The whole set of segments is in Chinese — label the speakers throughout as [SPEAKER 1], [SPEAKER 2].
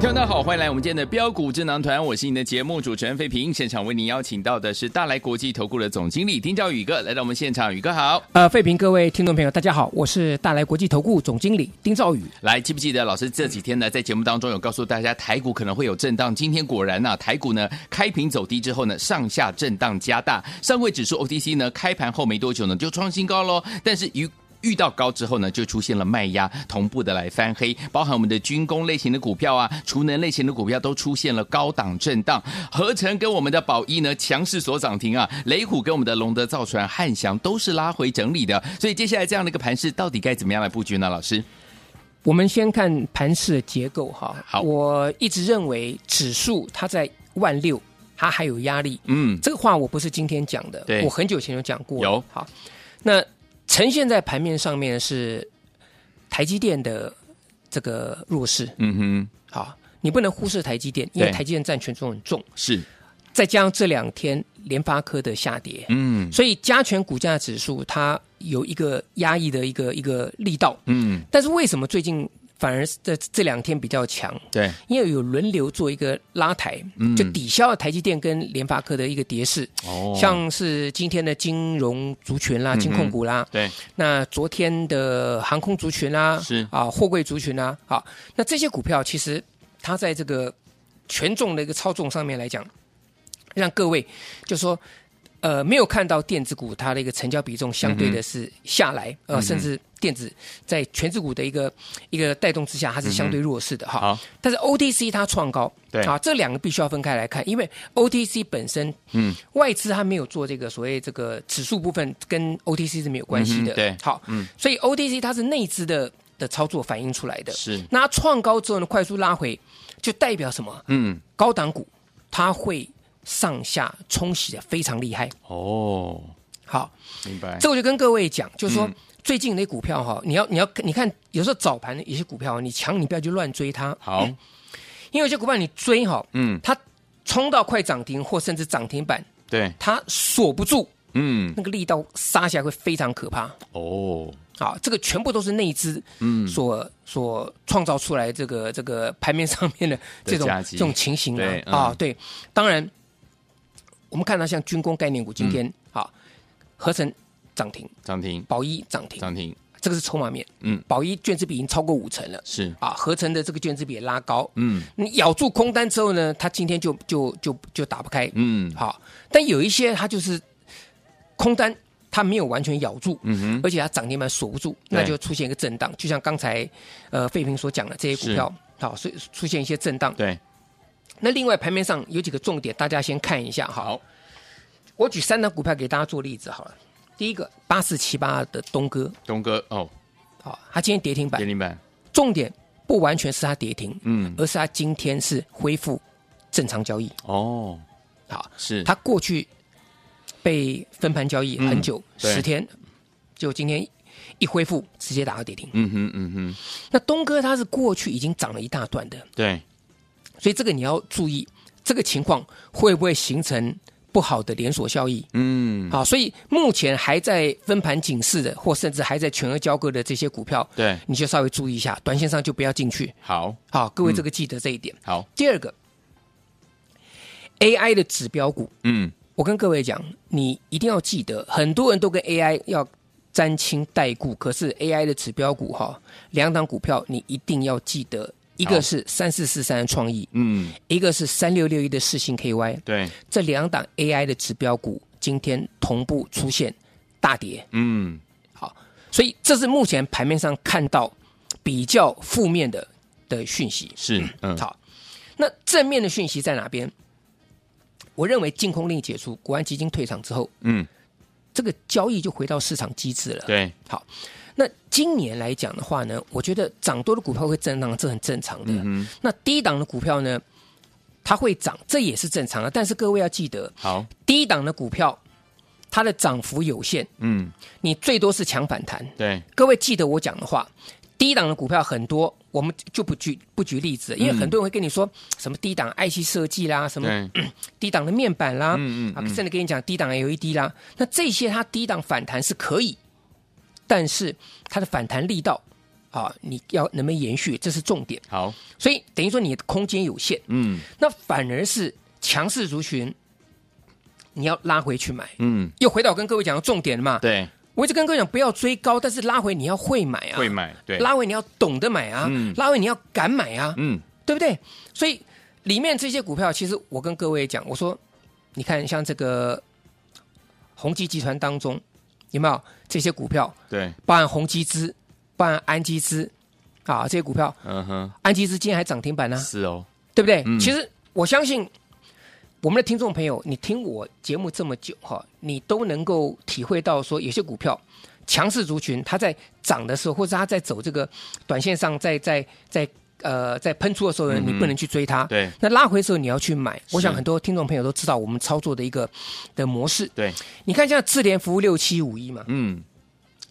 [SPEAKER 1] 听众大家好，欢迎来我们今天的标股智囊团，我是你的节目主持人费平。现场为您邀请到的是大来国际投顾的总经理丁兆宇哥来到我们现场，宇哥好。
[SPEAKER 2] 呃，费评各位听众朋友，大家好，我是大来国际投顾总经理丁兆宇。
[SPEAKER 1] 来，记不记得老师这几天呢，在节目当中有告诉大家，台股可能会有震荡。今天果然呐、台股呢开平走低之后呢，上下震荡加大，上柜指数 OTC 呢开盘后没多久呢就创新高喽，但是与遇到高之后呢，就出现了卖压，同步的来翻黑，包含我们的军工类型的股票啊、储能类型的股票都出现了高档震荡。合成跟我们的宝一呢强势所涨停啊，雷虎跟我们的龙德造船、汉翔都是拉回整理的。所以接下来这样的一个盘势，到底该怎么样来布局呢？老师，
[SPEAKER 2] 我们先看盘市的结构哈。
[SPEAKER 1] 好
[SPEAKER 2] 我一直认为指数它在万六，它还有压力。
[SPEAKER 1] 嗯，
[SPEAKER 2] 这个话我不是今天讲的
[SPEAKER 1] 对，
[SPEAKER 2] 我很久以前就讲过。
[SPEAKER 1] 有
[SPEAKER 2] 好，那呈现在盘面上面是台积电的这个弱势。
[SPEAKER 1] 嗯
[SPEAKER 2] 好，你不能忽视台积电，因为
[SPEAKER 1] 对
[SPEAKER 2] 台积电占权重很重
[SPEAKER 1] 哼，，是，
[SPEAKER 2] 再加上这两天联发科的下跌，
[SPEAKER 1] 嗯
[SPEAKER 2] 所以加权股价指数它有一个压抑的一个一个力道，
[SPEAKER 1] 嗯，
[SPEAKER 2] 但是为什么最近反而是这这两天比较强？
[SPEAKER 1] 对，
[SPEAKER 2] 因为有轮流做一个拉抬，
[SPEAKER 1] 嗯
[SPEAKER 2] 就抵消了台积电跟联发科的一个跌势。
[SPEAKER 1] 哦
[SPEAKER 2] 像是今天的金融族群啦、
[SPEAKER 1] 嗯哼
[SPEAKER 2] 金控股啦，
[SPEAKER 1] 对，
[SPEAKER 2] 那昨天的航空族群啦，
[SPEAKER 1] 是
[SPEAKER 2] 啊，货柜族群啦，好，那这些股票其实它在这个权重的一个操纵上面来讲，让各位就说。呃，没有看到电子股它的一个成交比重相
[SPEAKER 1] 嗯
[SPEAKER 2] 对的是下来，呃，甚至电子在全指股的一个一个带动之下，它是相对弱势的哈。
[SPEAKER 1] 嗯好，
[SPEAKER 2] 但是 OTC 它创高，
[SPEAKER 1] 对
[SPEAKER 2] 啊，这两个必须要分开来看，因为 OTC 本身，
[SPEAKER 1] 嗯，
[SPEAKER 2] 外资它没有做这个所谓这个指数部分跟 OTC 是没有关系的，
[SPEAKER 1] 嗯哼对
[SPEAKER 2] 好，
[SPEAKER 1] 嗯，
[SPEAKER 2] 所以 OTC 它是内资的的操作反映出来的，
[SPEAKER 1] 是
[SPEAKER 2] 那它创高之后呢，快速拉回，就代表什么？
[SPEAKER 1] 嗯，
[SPEAKER 2] 高档股它会上下冲洗的非常厉害，
[SPEAKER 1] 哦，
[SPEAKER 2] 好，
[SPEAKER 1] 明白，
[SPEAKER 2] 这我就跟各位讲，就是说。
[SPEAKER 1] 哎嗯
[SPEAKER 2] 最近那股票哈，你要你要你看，有时候早盘有些股票，你强你不要去乱追它，嗯
[SPEAKER 1] 好，
[SPEAKER 2] 因为有些股票你追哈，
[SPEAKER 1] 嗯，
[SPEAKER 2] 它冲到快涨停或甚至涨停板，
[SPEAKER 1] 对，
[SPEAKER 2] 它锁不住，
[SPEAKER 1] 嗯，
[SPEAKER 2] 那个力道杀下来会非常可怕。
[SPEAKER 1] 哦，
[SPEAKER 2] 啊，这个全部都是内资
[SPEAKER 1] 嗯，
[SPEAKER 2] 所所创造出来这个这个盘面上面的这种
[SPEAKER 1] 夹击
[SPEAKER 2] 这种情形
[SPEAKER 1] 对
[SPEAKER 2] 啊
[SPEAKER 1] 嗯
[SPEAKER 2] 啊，对，当然我们看到像军工概念股今天
[SPEAKER 1] 嗯
[SPEAKER 2] 啊，合成涨停，
[SPEAKER 1] 涨停，
[SPEAKER 2] 宝一涨停，
[SPEAKER 1] 涨停，
[SPEAKER 2] 这个是筹码面，
[SPEAKER 1] 嗯，
[SPEAKER 2] 宝一券资比已经超过五成了
[SPEAKER 1] 是，
[SPEAKER 2] 啊，合成的这个券资比也拉高，
[SPEAKER 1] 嗯
[SPEAKER 2] 你咬住空单之后呢，它今天就就就就打不开，
[SPEAKER 1] 嗯，
[SPEAKER 2] 好，但有一些它就是空单，它没有完全咬住，
[SPEAKER 1] 嗯哼，
[SPEAKER 2] 而且它涨停板锁不住，
[SPEAKER 1] 对
[SPEAKER 2] 那就出现一个震荡，就像刚才呃费平所讲的这些股票，好，所以出现一些震荡。
[SPEAKER 1] 对，
[SPEAKER 2] 那另外盘面上有几个重点，大家先看一下哈。
[SPEAKER 1] 好，
[SPEAKER 2] 我举三档股票给大家做例子好了。第一个八四七八的东哥，
[SPEAKER 1] 东哥，哦，
[SPEAKER 2] 好，它今天跌停板
[SPEAKER 1] 跌，停板，
[SPEAKER 2] 重点不完全是它跌停，
[SPEAKER 1] 嗯，
[SPEAKER 2] 而是它今天是恢复正常交易。
[SPEAKER 1] 哦，
[SPEAKER 2] 好，
[SPEAKER 1] 是，
[SPEAKER 2] 它过去被分盘交易很久，
[SPEAKER 1] 嗯对
[SPEAKER 2] 十、天，就今天一恢复直接打到跌停。
[SPEAKER 1] 嗯哼嗯哼，
[SPEAKER 2] 那东哥它是过去已经涨了一大段的，
[SPEAKER 1] 对，
[SPEAKER 2] 所以这个你要注意，这个情况会不会形成不好的连锁效益？
[SPEAKER 1] 嗯，
[SPEAKER 2] 好，所以目前还在分盘警示的，或甚至还在全额交割的这些股票，
[SPEAKER 1] 对，
[SPEAKER 2] 你就稍微注意一下，短线上就不要进去。
[SPEAKER 1] 好，
[SPEAKER 2] 好，各位
[SPEAKER 1] 嗯
[SPEAKER 2] 这个记得这一点。
[SPEAKER 1] 好，
[SPEAKER 2] 第二个，AI 的指标股，
[SPEAKER 1] 嗯，
[SPEAKER 2] 我跟各位讲，你一定要记得，很多人都跟 AI 要沾亲带故，可是 AI 的指标股哈，两档股票你一定要记得，一
[SPEAKER 1] 好
[SPEAKER 2] 个是三四四三创意，
[SPEAKER 1] 嗯，
[SPEAKER 2] 一个是三六六一的世信 KY，
[SPEAKER 1] 对，
[SPEAKER 2] 这两档 AI 的指标股今天同步出现大跌，
[SPEAKER 1] 嗯，
[SPEAKER 2] 好，所以这是目前盘面上看到比较负面的的讯息。
[SPEAKER 1] 是，嗯，
[SPEAKER 2] 好，那正面的讯息在哪边？我认为净空令解除，国安基金退场之后，
[SPEAKER 1] 嗯，
[SPEAKER 2] 这个交易就回到市场机制了。
[SPEAKER 1] 对，
[SPEAKER 2] 好，那今年来讲的话呢，我觉得涨多的股票会震荡，这很正常的。
[SPEAKER 1] 嗯
[SPEAKER 2] 那低档的股票呢，它会涨，这也是正常的。但是各位要记得，
[SPEAKER 1] 哼，好，
[SPEAKER 2] 低档的股票它的涨幅有限，
[SPEAKER 1] 嗯，
[SPEAKER 2] 你最多是强反弹。
[SPEAKER 1] 对，
[SPEAKER 2] 各位记得我讲的话，低档的股票很多，我们就不举不举例子了，因为
[SPEAKER 1] 嗯
[SPEAKER 2] 很多人会跟你说什么低档 IC 设计啦，什么
[SPEAKER 1] 对，
[SPEAKER 2] 低档的面板啦，
[SPEAKER 1] 嗯嗯
[SPEAKER 2] 啊
[SPEAKER 1] 嗯，
[SPEAKER 2] 甚至跟你讲低档 LED 啦，那这些它低档反弹是可以，但是它的反弹力道啊，你要能不能延续，这是重点。
[SPEAKER 1] 好，
[SPEAKER 2] 所以等于说你的空间有限，
[SPEAKER 1] 嗯
[SPEAKER 2] 那反而是强势族群，你要拉回去买。
[SPEAKER 1] 嗯，
[SPEAKER 2] 又回到我跟各位讲的重点了嘛，
[SPEAKER 1] 对，
[SPEAKER 2] 我一直跟各位讲不要追高，但是拉回你要会买啊，
[SPEAKER 1] 会买，对，
[SPEAKER 2] 拉回你要懂得买啊，
[SPEAKER 1] 嗯
[SPEAKER 2] 拉回你要敢买啊，
[SPEAKER 1] 嗯，
[SPEAKER 2] 对不对？所以里面这些股票，其实我跟各位讲，我说，你看像这个宏基集团当中有没有这些股票，
[SPEAKER 1] 对，
[SPEAKER 2] 包含宏基资，包含安基资啊，这些股票，
[SPEAKER 1] 嗯哼，
[SPEAKER 2] 安基资今天还涨停板啊呢、
[SPEAKER 1] 是哦，
[SPEAKER 2] 对不对？
[SPEAKER 1] 嗯
[SPEAKER 2] 其实我相信我们的听众朋友，你听我节目这么久哈，你都能够体会到说，有些股票强势族群它在涨的时候，或者它在走这个短线上，在在在呃在喷出的时候呢，
[SPEAKER 1] 嗯
[SPEAKER 2] 你不能去追它。
[SPEAKER 1] 对
[SPEAKER 2] 那拉回的时候你要去买，我想
[SPEAKER 1] 是
[SPEAKER 2] 很多听众朋友都知道我们操作的一个的模式。
[SPEAKER 1] 对，
[SPEAKER 2] 你看像智联服务六七五一嘛，
[SPEAKER 1] 嗯，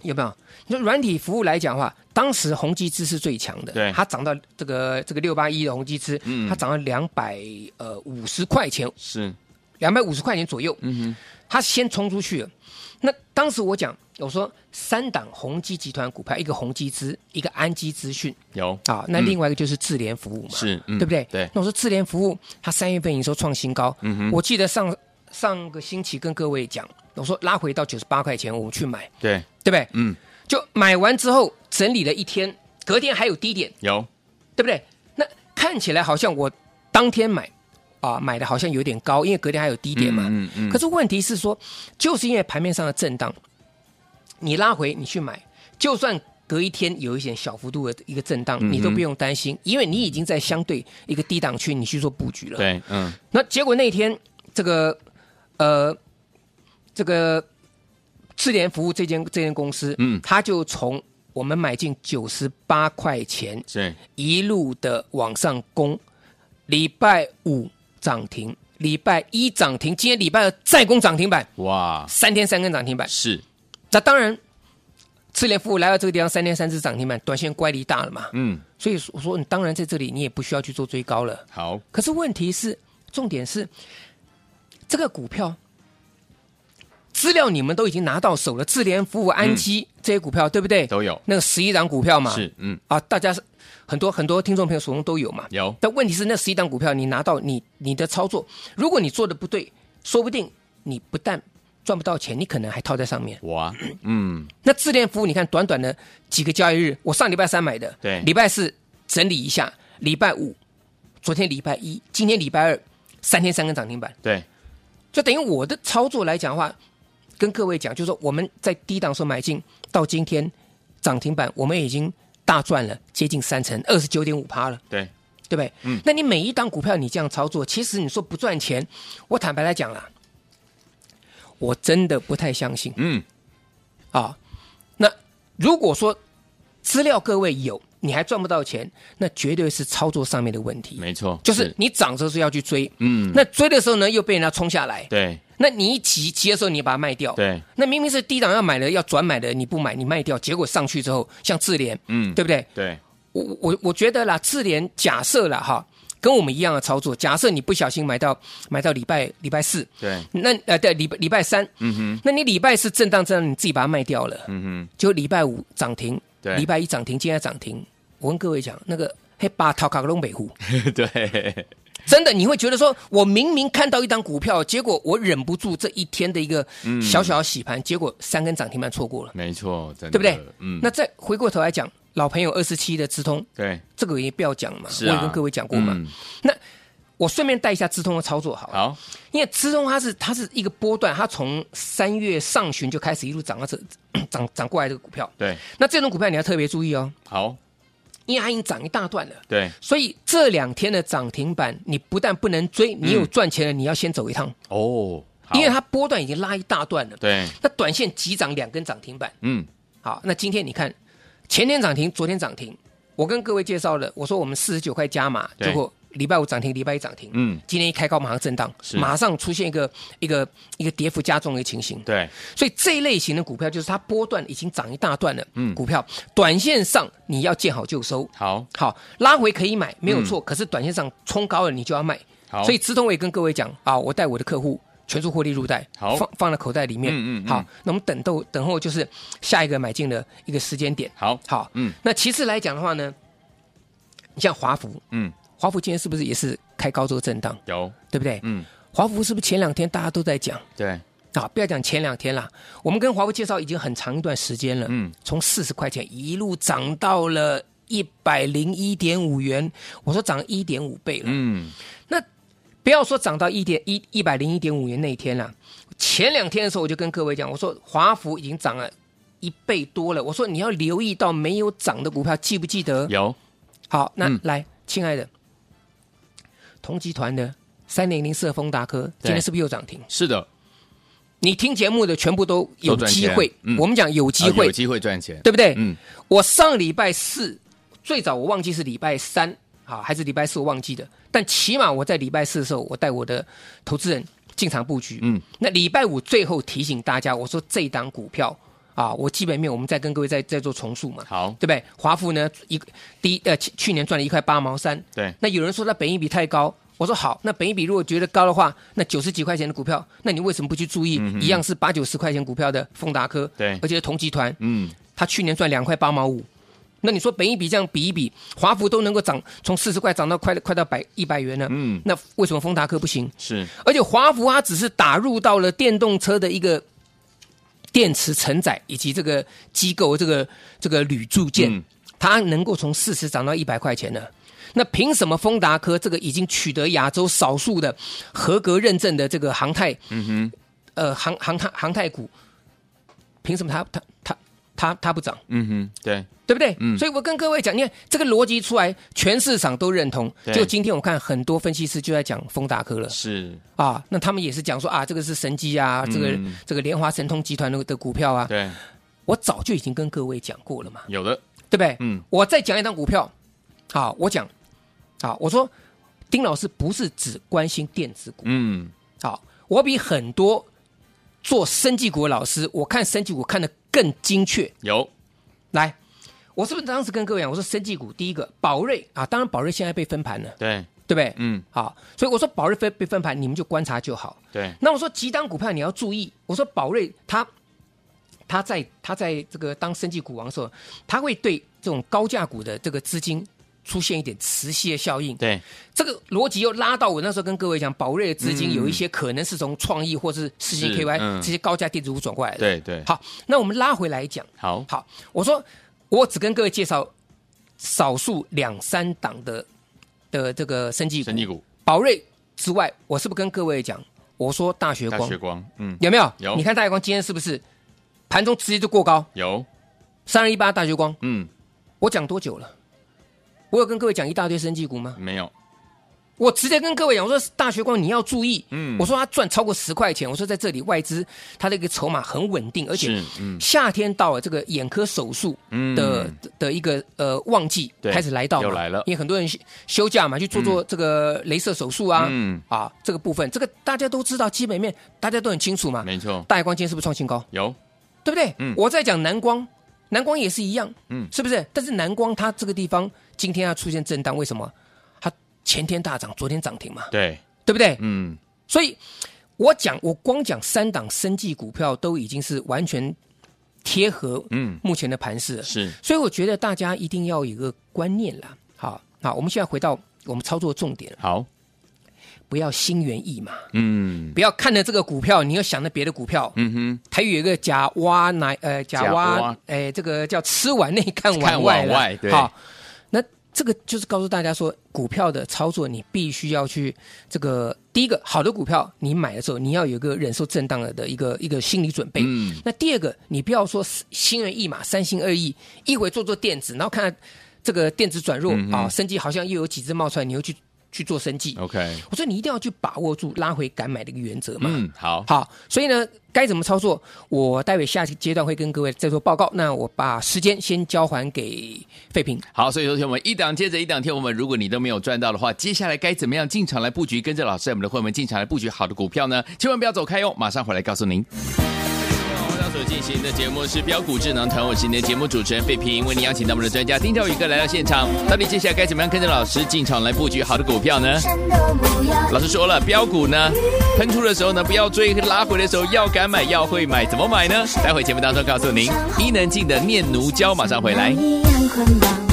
[SPEAKER 2] 有没有？你说软体服务来讲的话，当时宏基资是最强的，
[SPEAKER 1] 对
[SPEAKER 2] 它涨到这个这个六八一的宏基资，
[SPEAKER 1] 嗯
[SPEAKER 2] 它涨到两百呃五十块钱，
[SPEAKER 1] 是，
[SPEAKER 2] 两百五十块钱左右，
[SPEAKER 1] 嗯哼，
[SPEAKER 2] 它先冲出去了。那当时我讲，我说三档宏基集团股票，一个宏基资，一个安基资讯
[SPEAKER 1] 有
[SPEAKER 2] 啊，那另外一个就是智联服务嘛，
[SPEAKER 1] 嗯是，嗯
[SPEAKER 2] 对不对？
[SPEAKER 1] 对，
[SPEAKER 2] 那我说智联服务，它三月份营收创新高，
[SPEAKER 1] 嗯哼
[SPEAKER 2] 我记得上上个星期跟各位讲，我说拉回到九十八块钱，我们去买，
[SPEAKER 1] 对，
[SPEAKER 2] 对不对？
[SPEAKER 1] 嗯，
[SPEAKER 2] 就买完之后整理了一天，隔天还有低点，
[SPEAKER 1] 有，
[SPEAKER 2] 对不对？那看起来好像我当天买啊，买的好像有点高，因为隔天还有低点嘛。
[SPEAKER 1] 嗯嗯嗯
[SPEAKER 2] 可是问题是说，就是因为盘面上的震荡，你拉回你去买，就算隔一天有一点小幅度的一个震荡，你都
[SPEAKER 1] 嗯
[SPEAKER 2] 不用担心，因为你已经在相对一个低档区你去做布局了。
[SPEAKER 1] 对，嗯，
[SPEAKER 2] 那结果那天这个呃这个智联服务这间这间公司，
[SPEAKER 1] 嗯
[SPEAKER 2] 它就从我们买进九十八块钱
[SPEAKER 1] 是，
[SPEAKER 2] 一路的往上攻，礼拜五涨停，礼拜一涨停，今天礼拜二再攻涨停板，
[SPEAKER 1] 哇，
[SPEAKER 2] 三天三根涨停板。
[SPEAKER 1] 是，
[SPEAKER 2] 那当然，智联服务来到这个地方三天三只涨停板，短线乖离大了嘛，
[SPEAKER 1] 嗯，
[SPEAKER 2] 所以我说你当然在这里你也不需要去做追高了。
[SPEAKER 1] 好，
[SPEAKER 2] 可是问题是，重点是这个股票资料你们都已经拿到手了，智联服务、安基、这些股票，对不对？
[SPEAKER 1] 嗯都有，
[SPEAKER 2] 那个十一档股票嘛，
[SPEAKER 1] 是，嗯，
[SPEAKER 2] 啊，大家是很多很多听众朋友手中都有嘛。
[SPEAKER 1] 有，
[SPEAKER 2] 但问题是，那十一档股票你拿到你你的操作，如果你做的不对，说不定你不但赚不到钱，你可能还套在上面。
[SPEAKER 1] 哇，嗯，
[SPEAKER 2] 那智联服务，你看短短的几个交易日，我上礼拜三买的，
[SPEAKER 1] 对
[SPEAKER 2] 礼拜四整理一下，礼拜五，昨天礼拜一，今天礼拜二，三天三根涨停板，
[SPEAKER 1] 对，
[SPEAKER 2] 就等于我的操作来讲的话，跟各位讲，就是说我们在低档时候买进，到今天涨停板，我们已经大赚了接近三成，二十九点五趴了。
[SPEAKER 1] 对，
[SPEAKER 2] 对不对？
[SPEAKER 1] 嗯
[SPEAKER 2] 那你每一档股票你这样操作，其实你说不赚钱，我坦白来讲啦，我真的不太相信。
[SPEAKER 1] 嗯，
[SPEAKER 2] 啊。那如果说资料各位有，你还赚不到钱，那绝对是操作上面的问题。
[SPEAKER 1] 没错，
[SPEAKER 2] 就是，你涨的时候要去追，
[SPEAKER 1] 嗯，
[SPEAKER 2] 那追的时候呢又被人家冲下来，
[SPEAKER 1] 对，
[SPEAKER 2] 那你一急急的时候你把它卖掉，
[SPEAKER 1] 对，
[SPEAKER 2] 那明明是低档要买的要转买的，你不买你卖掉，结果上去之后像智联，
[SPEAKER 1] 嗯，
[SPEAKER 2] 对不对？
[SPEAKER 1] 对，
[SPEAKER 2] 我我我觉得啦，智联假设啦哈，跟我们一样的操作，假设你不小心买到买到礼拜礼拜四，
[SPEAKER 1] 对，
[SPEAKER 2] 那呃对礼拜礼拜三，
[SPEAKER 1] 嗯哼，
[SPEAKER 2] 那你礼拜四震荡震荡你自己把它卖掉了，
[SPEAKER 1] 嗯
[SPEAKER 2] 就礼拜五涨停，
[SPEAKER 1] 对
[SPEAKER 2] 礼拜一涨停，今天涨停。我跟各位讲，那个黑把淘卡龙北湖，
[SPEAKER 1] 哼，对，
[SPEAKER 2] 真的你会觉得说，我明明看到一档股票，结果我忍不住这一天的一个
[SPEAKER 1] 嗯
[SPEAKER 2] 小小的洗盘，结果三根涨停板错过了，
[SPEAKER 1] 没错，真
[SPEAKER 2] 对
[SPEAKER 1] 的，
[SPEAKER 2] 不对？
[SPEAKER 1] 嗯，
[SPEAKER 2] 那再回过头来讲，老朋友二十七的直通，
[SPEAKER 1] 对，
[SPEAKER 2] 这个也不要讲嘛，
[SPEAKER 1] 是
[SPEAKER 2] 我
[SPEAKER 1] 啊，
[SPEAKER 2] 也跟各位讲过嘛。
[SPEAKER 1] 嗯
[SPEAKER 2] 我顺便带一下直通的操作好了，
[SPEAKER 1] 好，
[SPEAKER 2] 因为直通它是它是一个波段，它从三月上旬就 开始一路涨到这涨涨过来这个股票。
[SPEAKER 1] 对，
[SPEAKER 2] 那这种股票你要特别注意哦，
[SPEAKER 1] 好，
[SPEAKER 2] 压已经涨一大段了。
[SPEAKER 1] 对，
[SPEAKER 2] 所以这两天的涨停板，你不但不能追，你有赚钱了，你要先走一趟，
[SPEAKER 1] 哦，嗯好
[SPEAKER 2] 因为它波段已经拉一大段了。，
[SPEAKER 1] 对，
[SPEAKER 2] 那短线急涨两根涨停板，
[SPEAKER 1] 嗯，
[SPEAKER 2] 好，那今天你看，前天涨停，昨天涨停，我跟各位介绍了，我说我们四十九块加码，
[SPEAKER 1] 对
[SPEAKER 2] 结果礼拜五涨停，礼拜一涨停，
[SPEAKER 1] 嗯
[SPEAKER 2] 今天一开高马上震荡，
[SPEAKER 1] 是
[SPEAKER 2] 马上出现一个一个一个跌幅加重的情形。
[SPEAKER 1] 对，
[SPEAKER 2] 所以这一类型的股票就是它波段已经涨一大段了，
[SPEAKER 1] 嗯
[SPEAKER 2] 股票短线上你要见好就收，
[SPEAKER 1] 好，
[SPEAKER 2] 好拉回可以买没
[SPEAKER 1] 嗯
[SPEAKER 2] 有错，可是短线上冲高了你就要卖，
[SPEAKER 1] 好，
[SPEAKER 2] 所以资通我也跟各位讲啊，我带我的客户全数获利入袋，
[SPEAKER 1] 好
[SPEAKER 2] 放放在口袋里面，
[SPEAKER 1] 嗯嗯嗯
[SPEAKER 2] 好，那我们等到等候就是下一个买进的一个时间点，
[SPEAKER 1] 好，
[SPEAKER 2] 好，
[SPEAKER 1] 嗯
[SPEAKER 2] 那其次来讲的话呢，你像华孚，
[SPEAKER 1] 嗯，
[SPEAKER 2] 华孚今天是不是也是开高做震荡，
[SPEAKER 1] 有，
[SPEAKER 2] 对不对？
[SPEAKER 1] 嗯，
[SPEAKER 2] 华孚是不是前两天大家都在讲？
[SPEAKER 1] 对，
[SPEAKER 2] 啊，不要讲前两天啦，我们跟华为介绍已经很长一段时间了，
[SPEAKER 1] 嗯
[SPEAKER 2] 嗯，从四十块钱一路涨到了一百零一点五元，我说涨一点五倍了，
[SPEAKER 1] 嗯，
[SPEAKER 2] 不要说涨到一点一一百零一点五元那一天啦，前两天的时候我就跟各位讲，我说华孚已经涨了一倍多了，我说你要留意到没有涨的股票，记不记得？
[SPEAKER 1] 嗯有，
[SPEAKER 2] 好，那、
[SPEAKER 1] 嗯
[SPEAKER 2] 来，亲爱的，同集团的三零零四的丰达科
[SPEAKER 1] 对
[SPEAKER 2] 今天是不是又涨停？
[SPEAKER 1] 是的，
[SPEAKER 2] 你听节目的全部都有
[SPEAKER 1] 都赚
[SPEAKER 2] 机
[SPEAKER 1] 钱
[SPEAKER 2] 会，
[SPEAKER 1] 嗯
[SPEAKER 2] 我们讲有机
[SPEAKER 1] 啊
[SPEAKER 2] 会，
[SPEAKER 1] 有机会赚钱，
[SPEAKER 2] 对不对？
[SPEAKER 1] 嗯，
[SPEAKER 2] 我上礼拜四最早我忘记是礼拜三啊，还是礼拜四我忘记的，但起码我在礼拜四的时候，我带我的投资人进场布局。
[SPEAKER 1] 嗯，
[SPEAKER 2] 那礼拜五最后提醒大家，我说这档股票啊，我基本面我们再跟各位再再做重述嘛。
[SPEAKER 1] 好
[SPEAKER 2] 对，不对？华富呢，一第一呃去去年赚了一块八毛三，
[SPEAKER 1] 对，
[SPEAKER 2] 那有人说那本益比太高，我说好，那本益比如果觉得高的话，那九十几块钱的股票，那你为什么不去注意、一样是八九十块钱股票的丰达科？
[SPEAKER 1] 嗯对
[SPEAKER 2] 而且是同集团，
[SPEAKER 1] 嗯，
[SPEAKER 2] 它去年赚两块八毛五。那你说本一比这样比一比，华孚都能够涨从四十块涨到快快到百一百元了，
[SPEAKER 1] 嗯
[SPEAKER 2] 那为什么丰达科不行？
[SPEAKER 1] 是，
[SPEAKER 2] 而且华孚它只是打入到了电动车的一个电池承载以及这个机构这个这个铝铸件，
[SPEAKER 1] 嗯
[SPEAKER 2] 它能够从四十涨到一百块钱呢。那凭什么丰达科这个已经取得亚洲少数的合格认证的这个航太，嗯哼，呃航航太航太股，凭什么它它它它它不涨？
[SPEAKER 1] 嗯哼，对，
[SPEAKER 2] 对不对？
[SPEAKER 1] 嗯
[SPEAKER 2] 所以我跟各位讲，你看这个逻辑出来，全市场都认同。
[SPEAKER 1] 对
[SPEAKER 2] 就今天我看很多分析师就在讲丰达科了，
[SPEAKER 1] 是，
[SPEAKER 2] 啊，那他们也是讲说啊，这个是神机啊，这个、
[SPEAKER 1] 嗯
[SPEAKER 2] 这个联华神通集团的的股票啊，
[SPEAKER 1] 对，
[SPEAKER 2] 我早就已经跟各位讲过了嘛，
[SPEAKER 1] 有的，
[SPEAKER 2] 对不对？
[SPEAKER 1] 嗯，
[SPEAKER 2] 我再讲一档股票，啊，我讲，啊，我说丁老师不是只关心电子股，
[SPEAKER 1] 嗯，
[SPEAKER 2] 啊，我比很多做生技股的老师，我看生技股看得更精确。
[SPEAKER 1] 有，
[SPEAKER 2] 来，我是不是当时跟各位讲，我说生技股第一个宝瑞啊，当然宝瑞现在被分盘了，
[SPEAKER 1] 对，
[SPEAKER 2] 对不对？
[SPEAKER 1] 嗯，
[SPEAKER 2] 好，所以我说宝瑞分被分盘，你们就观察就好。
[SPEAKER 1] 对，
[SPEAKER 2] 那我说几档股票你要注意，我说宝瑞它它在它在这个当生技股王的时候，它会对这种高价股的这个资金出现一点磁吸的效应。
[SPEAKER 1] 对，
[SPEAKER 2] 这个逻辑又拉到我那时候跟各位讲，宝瑞的资金
[SPEAKER 1] 嗯
[SPEAKER 2] 有一些可能是从创意或是世纪
[SPEAKER 1] 是
[SPEAKER 2] KY、
[SPEAKER 1] 嗯
[SPEAKER 2] 这些高价电子股转过来的。，
[SPEAKER 1] 对，对，
[SPEAKER 2] 好，那我们拉回来讲，
[SPEAKER 1] 好，
[SPEAKER 2] 好，我说我只跟各位介绍少数两三档的的这个生技股，
[SPEAKER 1] 生技股，
[SPEAKER 2] 宝瑞之外，我是不是跟各位讲，我说大学
[SPEAKER 1] 大
[SPEAKER 2] 光
[SPEAKER 1] 学光，嗯，
[SPEAKER 2] 有没有？
[SPEAKER 1] 有
[SPEAKER 2] 你看大学光今天是不是盘中直接就过高？
[SPEAKER 1] 有，
[SPEAKER 2] 三二一八大学光，
[SPEAKER 1] 嗯，
[SPEAKER 2] 我讲多久了？我有跟各位讲一大堆生技股吗？
[SPEAKER 1] 没有，
[SPEAKER 2] 我直接跟各位讲，我说大学光你要注意，
[SPEAKER 1] 嗯
[SPEAKER 2] 我说它赚超过十块钱，我说在这里外资它的一个筹码很稳定，而且
[SPEAKER 1] 是，嗯，
[SPEAKER 2] 夏天到了，这个眼科手术
[SPEAKER 1] 嗯
[SPEAKER 2] 的、的一个呃旺季
[SPEAKER 1] 对
[SPEAKER 2] 开始来到嘛
[SPEAKER 1] 又来了
[SPEAKER 2] 因为很多人休休假嘛，去做做这个镭射手术啊，
[SPEAKER 1] 嗯
[SPEAKER 2] 啊这个部分，这个大家都知道，基本面大家都很清楚嘛。
[SPEAKER 1] 没错，
[SPEAKER 2] 大光今天是不是创新高？
[SPEAKER 1] 有，
[SPEAKER 2] 对不对？
[SPEAKER 1] 嗯
[SPEAKER 2] 我在讲南光，南光也是一样，
[SPEAKER 1] 嗯
[SPEAKER 2] 是不是？但是南光它这个地方今天要出现震荡，为什么？它前天大涨，昨天涨停嘛，
[SPEAKER 1] 对，
[SPEAKER 2] 对不对？
[SPEAKER 1] 嗯，
[SPEAKER 2] 所以我讲，我光讲三档生技股票都已经是完全贴合
[SPEAKER 1] 嗯
[SPEAKER 2] 目前的盘势了。
[SPEAKER 1] 是，
[SPEAKER 2] 所以我觉得大家一定要有一个观念啦。好，好，我们现在回到我们操作重点，
[SPEAKER 1] 好，
[SPEAKER 2] 不要心猿意马，
[SPEAKER 1] 嗯，
[SPEAKER 2] 不要看了这个股票，你又想着别的股票。
[SPEAKER 1] 嗯
[SPEAKER 2] 台语有一个假蛙奶，呃，假
[SPEAKER 1] 假
[SPEAKER 2] 蛙
[SPEAKER 1] 蛙，
[SPEAKER 2] 哎，这个叫吃碗内看
[SPEAKER 1] 看碗
[SPEAKER 2] 碗外啦
[SPEAKER 1] 外对
[SPEAKER 2] 好，那这个就是告诉大家说，股票的操作你必须要去这个第一个好的股票，你买的时候你要有一个忍受震荡的一个一个心理准备。
[SPEAKER 1] 嗯
[SPEAKER 2] 那第二个，你不要说心猿意马、三心二意，一会做做电子，然后看这个电子转弱
[SPEAKER 1] 嗯哼
[SPEAKER 2] 啊，生机好像又有几只冒出来，你又去去做生计。
[SPEAKER 1] OK，
[SPEAKER 2] 我说你一定要去把握住拉回敢买的一个原则嘛。
[SPEAKER 1] 嗯，好，
[SPEAKER 2] 好，所以呢，该怎么操作？我待会下一个阶段会跟各位再做报告。那我把时间先交还给费平。
[SPEAKER 1] 好，所以说，我们一档接着一档，天我们，如果你都没有赚到的话，接下来该怎么样进场来布局？跟着老师，我们的会员们进场来布局好的股票呢？千万不要走开哦，马上回来告诉您。大家所进行的节目是标股智囊团，我是你的节目主持人费平，为您邀请到我们的专家丁兆宇哥来到现场。到底接下来该怎么样跟着老师进场来布局好的股票呢？老师说了，标股呢喷出的时候呢，不要追，拉回的时候要敢买，要会买，怎么买呢？待会节目当中告诉您。伊能静的念奴娇，马上回来。
[SPEAKER 3] 一样捆绑，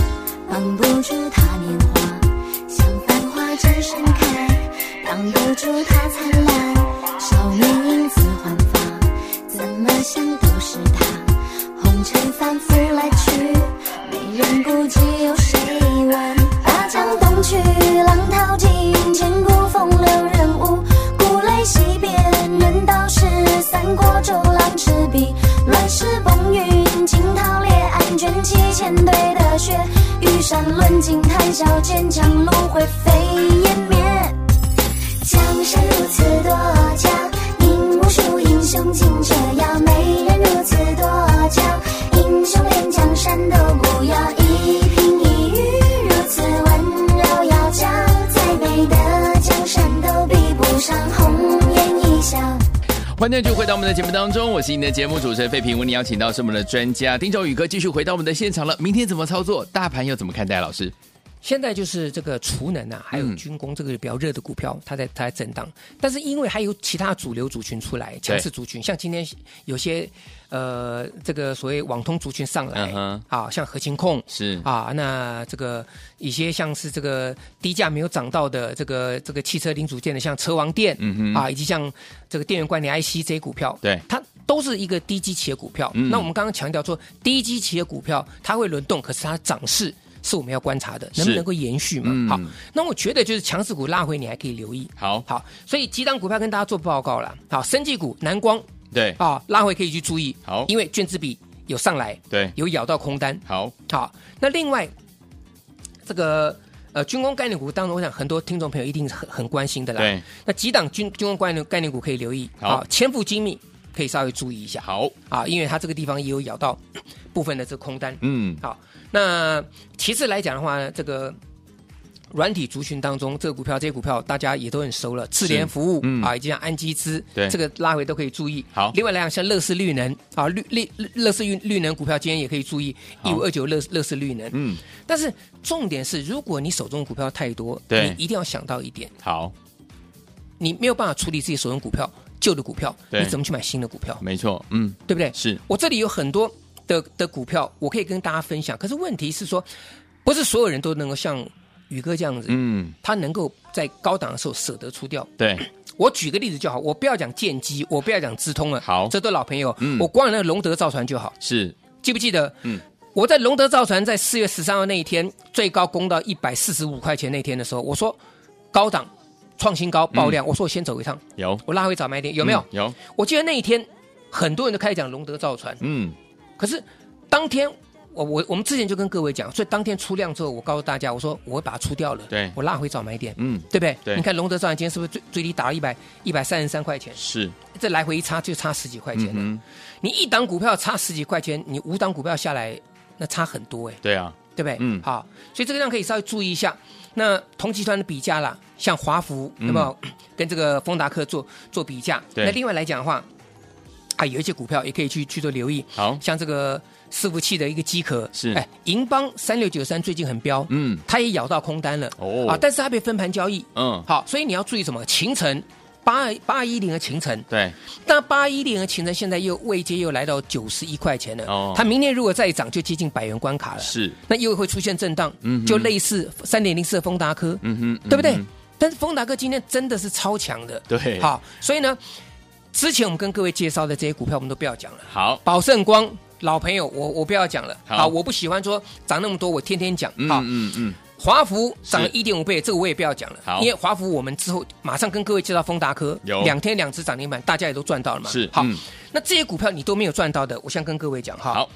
[SPEAKER 3] 绑不住它年华，像繁花正盛开，挡不住它灿烂。少年因子焕发，怎么想都是他。红尘反复来去，没人顾及有谁问？大江东去，浪淘尽，千古风流人物。古来西边，论道是三国周郎赤壁，乱世崩云，惊涛裂岸，卷起千堆的雪。玉山论尽，谈笑间，樯橹灰飞烟灭。江山如此多娇，引无数英雄竞折腰。美人如此多娇，英雄连江山都不要。一颦一语如此温柔窈窕，再美的江山都比不上红颜一笑。
[SPEAKER 1] 欢迎继续回到我们的节目当中，我是你的节目主持人费平，为您邀请到是我们的专家丁兆宇哥，继续回到我们的现场了。明天怎么操作？大盘又怎么看待？老师，
[SPEAKER 2] 现在就是这个储能啊，还
[SPEAKER 1] 嗯
[SPEAKER 2] 有军工这个比较热的股票，它在它在震荡。但是因为还有其他主流族群出来，强势族群，像今天有些呃这个所谓网通族群上来
[SPEAKER 1] 嗯哼
[SPEAKER 2] 啊，像核情控
[SPEAKER 1] 是
[SPEAKER 2] 啊，那这个一些像是这个低价没有涨到的这个这个汽车零组件的，像车王店，
[SPEAKER 1] 嗯哼
[SPEAKER 2] 啊，以及像这个电源管理 IC 这些股票，
[SPEAKER 1] 对
[SPEAKER 2] 它都是一个低基企业股票。
[SPEAKER 1] 嗯
[SPEAKER 2] 那我们刚刚强调说，低基企业股票它会轮动，可是它涨势。是我们要观察的，能不
[SPEAKER 1] 是
[SPEAKER 2] 能够延续嘛？
[SPEAKER 1] 嗯
[SPEAKER 2] 好，那我觉得就是强势股拉回，你还可以留意。
[SPEAKER 1] 好，
[SPEAKER 2] 好，所以几档股票跟大家做报告了。好，生技股南光
[SPEAKER 1] 对，
[SPEAKER 2] 啊，拉回可以去注意。
[SPEAKER 1] 好
[SPEAKER 2] 因为卷资比有上来，
[SPEAKER 1] 对，
[SPEAKER 2] 有咬到空单。
[SPEAKER 1] 好，
[SPEAKER 2] 好，那另外这个呃军工概念股当中，我想很多听众朋友一定是很很关心的啦。
[SPEAKER 1] 对，
[SPEAKER 2] 那几档军军工概念概念股可以留意，
[SPEAKER 1] 好
[SPEAKER 2] 啊，千富精密可以稍微注意一下
[SPEAKER 1] 好，
[SPEAKER 2] 啊，因为它这个地方也有咬到部分的这个空单。
[SPEAKER 1] 嗯，
[SPEAKER 2] 好，那其次来讲的话呢，这个。软体族群当中，这个股票、这些股票大家也都很熟了，智联服务、
[SPEAKER 1] 嗯
[SPEAKER 2] 啊，以及像安基资，
[SPEAKER 1] 对
[SPEAKER 2] 这个拉回都可以注意。
[SPEAKER 1] 好
[SPEAKER 2] 另外来讲，像乐视绿能啊，绿绿乐视绿绿能股票今天也可以注意一五二九乐乐视绿能。
[SPEAKER 1] 嗯，
[SPEAKER 2] 但是重点是，如果你手中股票太多，
[SPEAKER 1] 对
[SPEAKER 2] 你一定要想到一点，
[SPEAKER 1] 好，
[SPEAKER 2] 你没有办法处理自己手中股票旧的股票，
[SPEAKER 1] 对
[SPEAKER 2] 你怎么去买新的股票，
[SPEAKER 1] 没错，嗯，
[SPEAKER 2] 对不对？
[SPEAKER 1] 是，
[SPEAKER 2] 我这里有很多的的股票，我可以跟大家分享。可是问题是说，不是所有人都能够像宇哥这样子，
[SPEAKER 1] 嗯，
[SPEAKER 2] 他能够在高档的时候舍得出掉。
[SPEAKER 1] 对，
[SPEAKER 2] 我举个例子就好，我不要讲建机，我不要讲资通了，
[SPEAKER 1] 好
[SPEAKER 2] 这都老朋友。
[SPEAKER 1] 嗯
[SPEAKER 2] 我光有那个龙德造船就好，
[SPEAKER 1] 是，
[SPEAKER 2] 记不记得？
[SPEAKER 1] 嗯，
[SPEAKER 2] 我在龙德造船在四月十三号那一天最高攻到一百四十五块钱那天的时候，我说高档创新高爆量，我说我先走一趟，
[SPEAKER 1] 有，
[SPEAKER 2] 我拉回早买点，有没有？
[SPEAKER 1] 嗯有，
[SPEAKER 2] 我记得那一天很多人都开始讲龙德造船，
[SPEAKER 1] 嗯，
[SPEAKER 2] 可是当天我我我们之前就跟各位讲，所以当天出量之后，我告诉大家，我说我会把它出掉了，
[SPEAKER 1] 对
[SPEAKER 2] 我拉回早买点，
[SPEAKER 1] 嗯，
[SPEAKER 2] 对不对？
[SPEAKER 1] 对
[SPEAKER 2] 你看龙德造船今天是不是最最低打了一百一百三十三块钱？
[SPEAKER 1] 是，
[SPEAKER 2] 这来回一差就差十几块钱了。
[SPEAKER 1] 嗯哼，
[SPEAKER 2] 你一档股票差十几块钱，你五档股票下来，那差很多哎、
[SPEAKER 1] 对啊，
[SPEAKER 2] 对不对？
[SPEAKER 1] 嗯
[SPEAKER 2] 好，所以这个量可以稍微注意一下。那同集团的比价啦，像华孚，那么、 跟这个丰达克做做比价。
[SPEAKER 1] 嗯对
[SPEAKER 2] 那另外来讲的话，啊，有一些股票也可以去去做留意，
[SPEAKER 1] 好，
[SPEAKER 2] 像这个伺服器的一个机壳
[SPEAKER 1] 是
[SPEAKER 2] 哎，银邦三六九三最近很飙，
[SPEAKER 1] 嗯，
[SPEAKER 2] 它也咬到空单了
[SPEAKER 1] 哦
[SPEAKER 2] 啊，但是它被分盘交易，
[SPEAKER 1] 嗯，
[SPEAKER 2] 好，所以你要注意什么？秦城八八一零的秦城，
[SPEAKER 1] 对，
[SPEAKER 2] 那八一零的秦城现在又位阶又来到九十一块钱了，
[SPEAKER 1] 哦
[SPEAKER 2] 它明天如果再涨，就接近百元关卡了，
[SPEAKER 1] 是，
[SPEAKER 2] 那又会出现震荡，
[SPEAKER 1] 嗯哼
[SPEAKER 2] 就类似三点零四的丰达科，
[SPEAKER 1] 嗯哼，
[SPEAKER 2] 对不对？
[SPEAKER 1] 嗯
[SPEAKER 2] 但是丰达科今天真的是超强的，
[SPEAKER 1] 对
[SPEAKER 2] 好，所以呢，之前我们跟各位介绍的这些股票，我们都不要讲了。
[SPEAKER 1] 哼？好，
[SPEAKER 2] 宝盛光老朋友，我我不要讲了，
[SPEAKER 1] 好
[SPEAKER 2] 我不喜欢说涨那么多，我天天讲，好。
[SPEAKER 1] 嗯嗯嗯，
[SPEAKER 2] 华孚涨了
[SPEAKER 1] 是
[SPEAKER 2] 一点五倍，这个我也不要讲了，
[SPEAKER 1] 好
[SPEAKER 2] 因为华孚我们之后马上跟各位介绍丰达科，
[SPEAKER 1] 有
[SPEAKER 2] 两天两只涨停板，大家也都赚到了嘛。
[SPEAKER 1] 是
[SPEAKER 2] 好，
[SPEAKER 1] 嗯
[SPEAKER 2] 那这些股票你都没有赚到的，我先跟各位讲哈。
[SPEAKER 1] 好，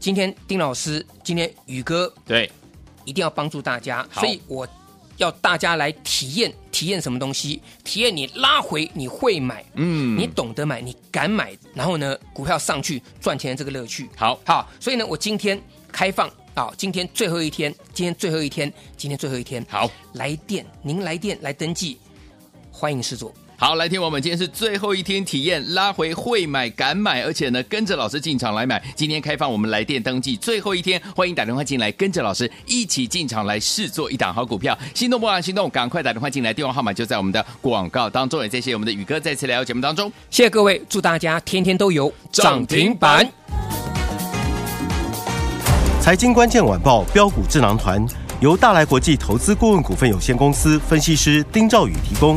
[SPEAKER 2] 今天丁老师，今天宇哥
[SPEAKER 1] 对，
[SPEAKER 2] 一定要帮助大家，
[SPEAKER 1] 好
[SPEAKER 2] 所以我要大家来体验体验什么东西？体验你拉回你会买，
[SPEAKER 1] 嗯
[SPEAKER 2] 你懂得买，你敢买，然后呢，股票上去赚钱的这个乐趣。
[SPEAKER 1] 好
[SPEAKER 2] 好，所以呢，我今天开放啊、今天最后一天，今天最后一天，今天最后一天，
[SPEAKER 1] 好
[SPEAKER 2] 来电，您来电来登记，欢迎试做。
[SPEAKER 1] 好，来听我们今天是最后一天体验，拉回会买敢买，而且呢跟着老师进场来买。今天开放我们来电登记，最后一天，欢迎打电话进来，跟着老师一起进场来试做一档好股票。心动不妨行动，啊赶快打电话进来，电话号码就在我们的广告当中。也谢谢我们的宇哥再次来到节目当中。
[SPEAKER 2] 谢谢各位，祝大家天天都有
[SPEAKER 1] 涨停板。
[SPEAKER 4] 财经关键晚报标股智囊团由大来国际投资顾问股份有限公司分析师丁兆宇提供。